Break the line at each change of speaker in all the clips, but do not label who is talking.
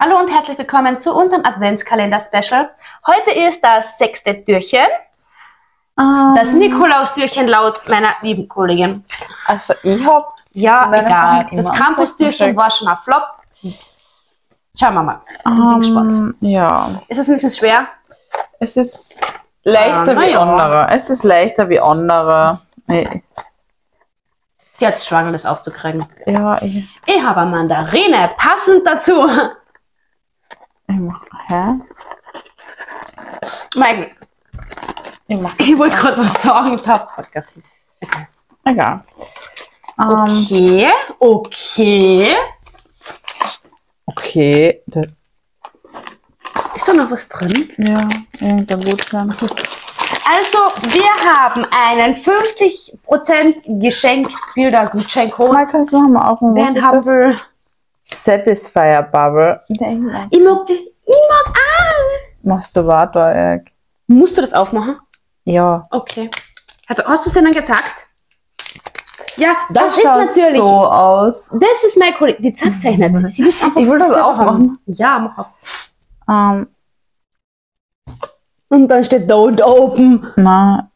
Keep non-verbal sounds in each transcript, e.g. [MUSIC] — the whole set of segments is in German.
Hallo und herzlich willkommen zu unserem Adventskalender-Special. Heute ist das sechste Türchen, das
Mhm. Ähm,
Nikolaustürchen laut meiner lieben Kollegin.
Also ich habe
Ja,
Meine
egal.
Sachen immer
Das
am
Campus-Türchen
sechsten
war schon mal flop. Schauen wir mal. Ich
Ähm.
bin gespannt.
ja,
Ist es wenigstens schwer?
es ist leichter
Ah, na
wie
ja.
andere. Es ist leichter wie andere. Nee.
Sie hat struggle, das aufzukriegen.
Ja, ich, ich
Ich habe eine Mandarine, passend dazu. [LAUGHS]
mach, hä?
Michael,
Ich mach
ich wollte gerade was sagen und habe vergessen.
egal. Ähm,
Okay, okay.
okay, das,
Ist da noch was drin?
ja, irgendein Gutschein.
Also, wir haben einen 50% Geschenkbilder-Gutscheincode.
Mal kannst du noch mal aufmachen, was
Wen
ist
haben
das?
wir?
Satisfier Bubble. Nee,
Ich mag die. Ich mag an.
Masturbator, Egg.
Musst du das aufmachen?
Ja.
Okay. Hat, hast du es denn gesagt? Ja, das,
Das,
ist
schaut
natürlich.
so aus.
Das ist mein Kollege. Die zeichnet sich. Sie muss einfach
Ich will das
selber
aufmachen.
haben. Ja, mach auf.
Ähm,
Und dann steht Don't Open.
na,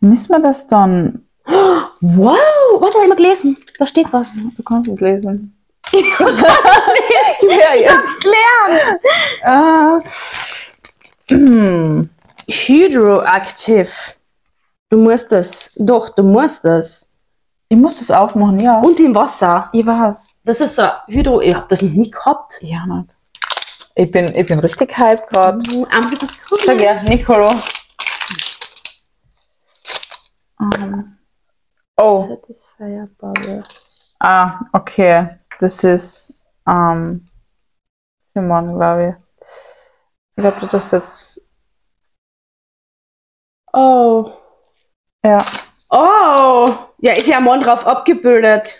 müssen wir das dann
Wow, was habe ich mal gelesen? Da steht was.
Du kannst es lesen. [LAUGHS] ja,
Ich
ja.
hab's gelernt.
Ah. [CLEARS THROAT] Hm.
Hydroaktiv. Du musst das. Doch, du musst das.
Ich muss das aufmachen, ja.
Und im Wasser.
ich war's.
Das ist so ein Hydro. Ich hab das noch nie gehabt.
Ja, nicht. Ich bin, ich bin richtig hype gerade.
Einfach das
Sag ja, Nicolo. Ähm. Oh,
Satisfier Bubble.
ah, okay. Das ist ähm, für morgen, glaube ich. Ich glaube, das ist jetzt.
Oh.
Ja.
Oh. Ja, ist ja am Mond drauf abgebildet.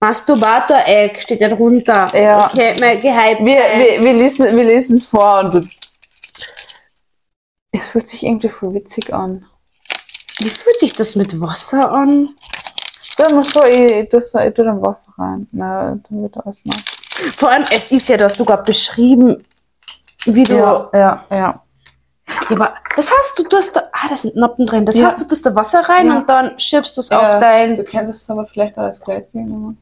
Masturbator-Eck steht da drunter.
Ja.
Okay, mein Geheimnis.
Wir, wir, wir lesen wir lesen es vor und du. Es fühlt sich irgendwie voll witzig an.
Wie fühlt sich das mit Wasser an?
Stell mal so, ich, ich, tue, so- ich tue dann Wasser rein. Na, dann wird alles noch.
Vor allem, es ist ja da sogar beschrieben, wie du.
Ja, ja, ja.
Ja, aber das hast du, du hast da. Ah, das sind Noppen drin. Das
Ja.
hast du, das da Wasser rein
Ja.
und dann schiebst du es
Ja,
auf
Du
dein.
könntest aber vielleicht alles gleich gehen. aber-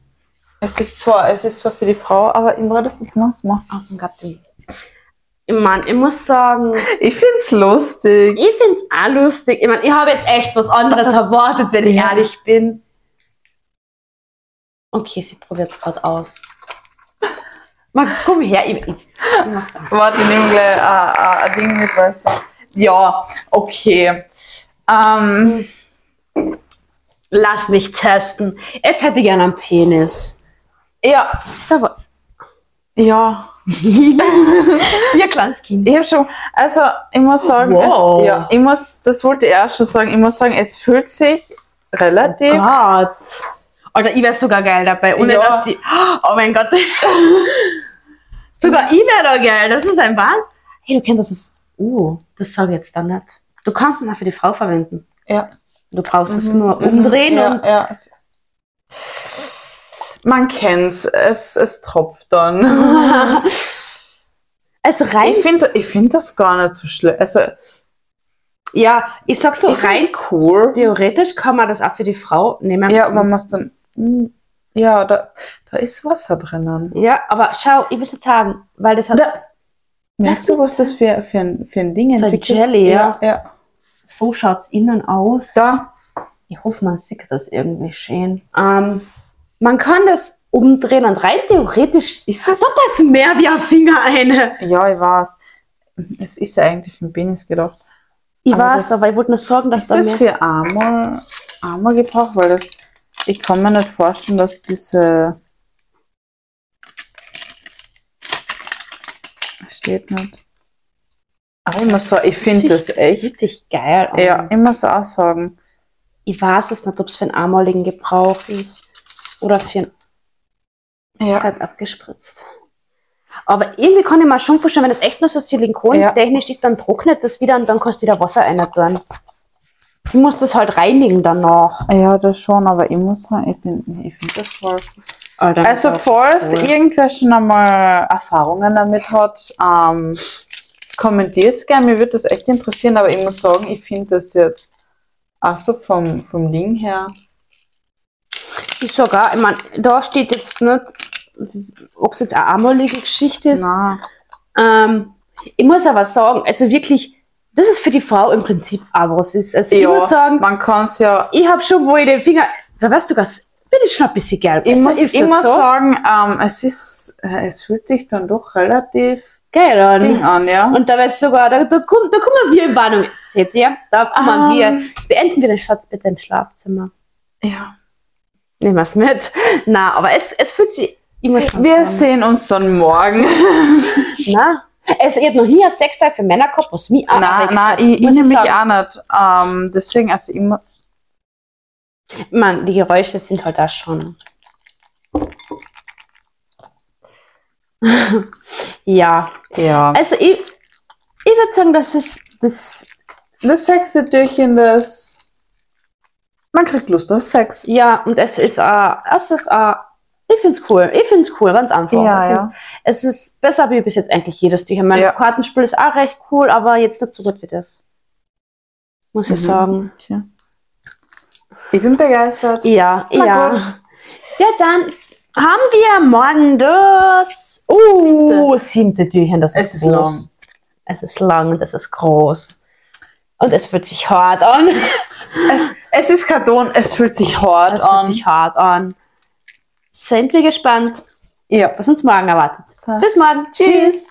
Es ist zwar, es ist zwar für die Frau, aber ich würde das jetzt nass machen.
Auf den Garten. Mann, ich muss sagen,
Ich find's lustig.
ich find's auch lustig. Ich meine, ich habe jetzt echt was anderes
Was hast-
erwartet, wenn ich
Ja.
ehrlich bin. Okay, sie probiert's grad gerade aus. Mal, komm her, ich, ich, ich mag's auch.
Warte, ich nehme gleich äh, äh, ein Ding mit Wasser. Ja, okay. Ähm,
Lass mich testen. Jetzt hätte ich gerne einen Penis.
ja,
Ist da was?
ja.
[LAUGHS] ja, kleines Kind.
Ich habe schon, also ich muss sagen,
Wow.
es, ja, ich muss, das wollte ich auch schon sagen, ich muss sagen, es fühlt sich relativ.
Gott. Alter, ich wäre sogar geil dabei. Ohne
Ja.
dass sie. Oh mein [LAUGHS] Gott. sogar ich wäre da geil. Das ist ein Wahnsinn. Hey, du kennst das. Ist, oh, das sage ich jetzt dann nicht. Du kannst es auch für die Frau verwenden.
ja.
Du brauchst es
Mhm,
nur
mhm,
umdrehen
ja,
und.
Ja. es- Man kennt's, es, es tropft dann.
Also rein.
Ich finde ich find das gar nicht so schlimm. Also,
ja, ich sag so
ich
rein.
find's cool.
Theoretisch kann man das auch für die Frau nehmen.
Ja, wenn man es dann. mm, Ja, da, da ist Wasser drinnen.
ja, aber schau, ich muss jetzt sagen, weil das hat.
Da, merkst du, was das für, für, ein, für ein Ding
So ein
entwickelt?
Jelly, ja.
ja. ja.
So schaut es innen aus.
Da,
Ich hoffe, man sieht das irgendwie schön. Ähm, man kann das umdrehen und rein theoretisch ist das doch was mehr wie ein Finger eine.
Ja, ich weiß. Es ist ja eigentlich für den Penis gedacht.
Ich
Aber
weiß,
das-
aber ich wollte nur sagen, dass
Ist
da
das
mehr.
für einmal, einmal gebraucht? Weil das, ich kann mir nicht vorstellen, dass diese. Steht nicht. Aber ich muss sagen, ich finde das echt.
Fühlt äh, sich geil an.
Ja, ich muss auch sagen.
Ich weiß es nicht, ob es für einen einmaligen Gebrauch ist oder für einen ja.
Ja,
halt abgespritzt. Aber irgendwie kann ich mir schon vorstellen, wenn das echt nur so
Ja.
silikontechnisch ist, dann trocknet das wieder und dann kannst du wieder Wasser reintun. Du musst das halt reinigen danach.
ja das schon, aber ich muss sagen, ich, bin- ich finde das voll.
Ah, dann
Also
ist auch
falls
cool.
irgendwer schon einmal Erfahrungen damit hat, ähm, kommentiert es gerne. Mir würde das echt interessieren, aber ich muss sagen, ich finde das jetzt auch so vom, vom Ding her.
Ich sogar, ich meine, da steht jetzt nicht, ob es jetzt eine einmalige Geschichte ist.
Na,
Ähm, ich muss aber sagen, also wirklich, das ist für die Frau im Prinzip auch was ist. Also ich
ja,
muss sagen,
man kann es ja.
ich habe schon, wo ich den Finger, da weißt du was, bin ich schon ein bisschen gelb.
Ich
Also
muss
ist das
immer
so?
sagen, ähm, es ist, äh, es fühlt sich dann doch relativ
Geil, an.
Ding an, ja.
Und da weißt du sogar, da, da, kommen, da kommen wir in Warnung. Seht ihr? Da kommen
Ähm.
wir. Beenden wir den Schatz bitte im Schlafzimmer.
ja.
Nehmen wir es mit. Na, aber es, es fühlt sich immer schon
Wir
so an.
sehen uns dann morgen.
Na? Also, ihr habt noch nie ein Sexteil für Männer gehabt, was mich auch
nein,
erregt
nein,
hat,
ich,
Ah,
ich
muss
nehme mich
sagen.
auch nicht. Ähm, deswegen, also immer.
Mann, die Geräusche sind halt da schon. [LAUGHS] ja.
Ja.
Also ich, ich würde sagen, dass es das
Ne, Das sechste Türchen, das. Man kriegt Lust auf Sex.
ja und es ist äh, es ist äh, ich find's cool. Ich find's cool, ganz einfach.
Ja,
ich find's,
ja.
Es ist besser wie bis jetzt eigentlich jedes Türchen. Mein
Ja.
Kartenspiel ist auch recht cool, aber jetzt nicht so gut wie das. Muss ich
Mhm.
sagen.
Ich bin begeistert.
Ja,
Na
ja.
gut.
Ja, dann s- haben wir morgen das oh, siebte, Türchen. Das ist,
Es ist
groß.
lang.
Es ist lang und es ist groß. Und es fühlt sich hart an.
Es, es ist Karton, es fühlt sich hart
Es fühlt
an.
sich hart an. Sind wir gespannt,
ja.
was uns morgen erwartet.
Passt.
Bis morgen. Tschüss.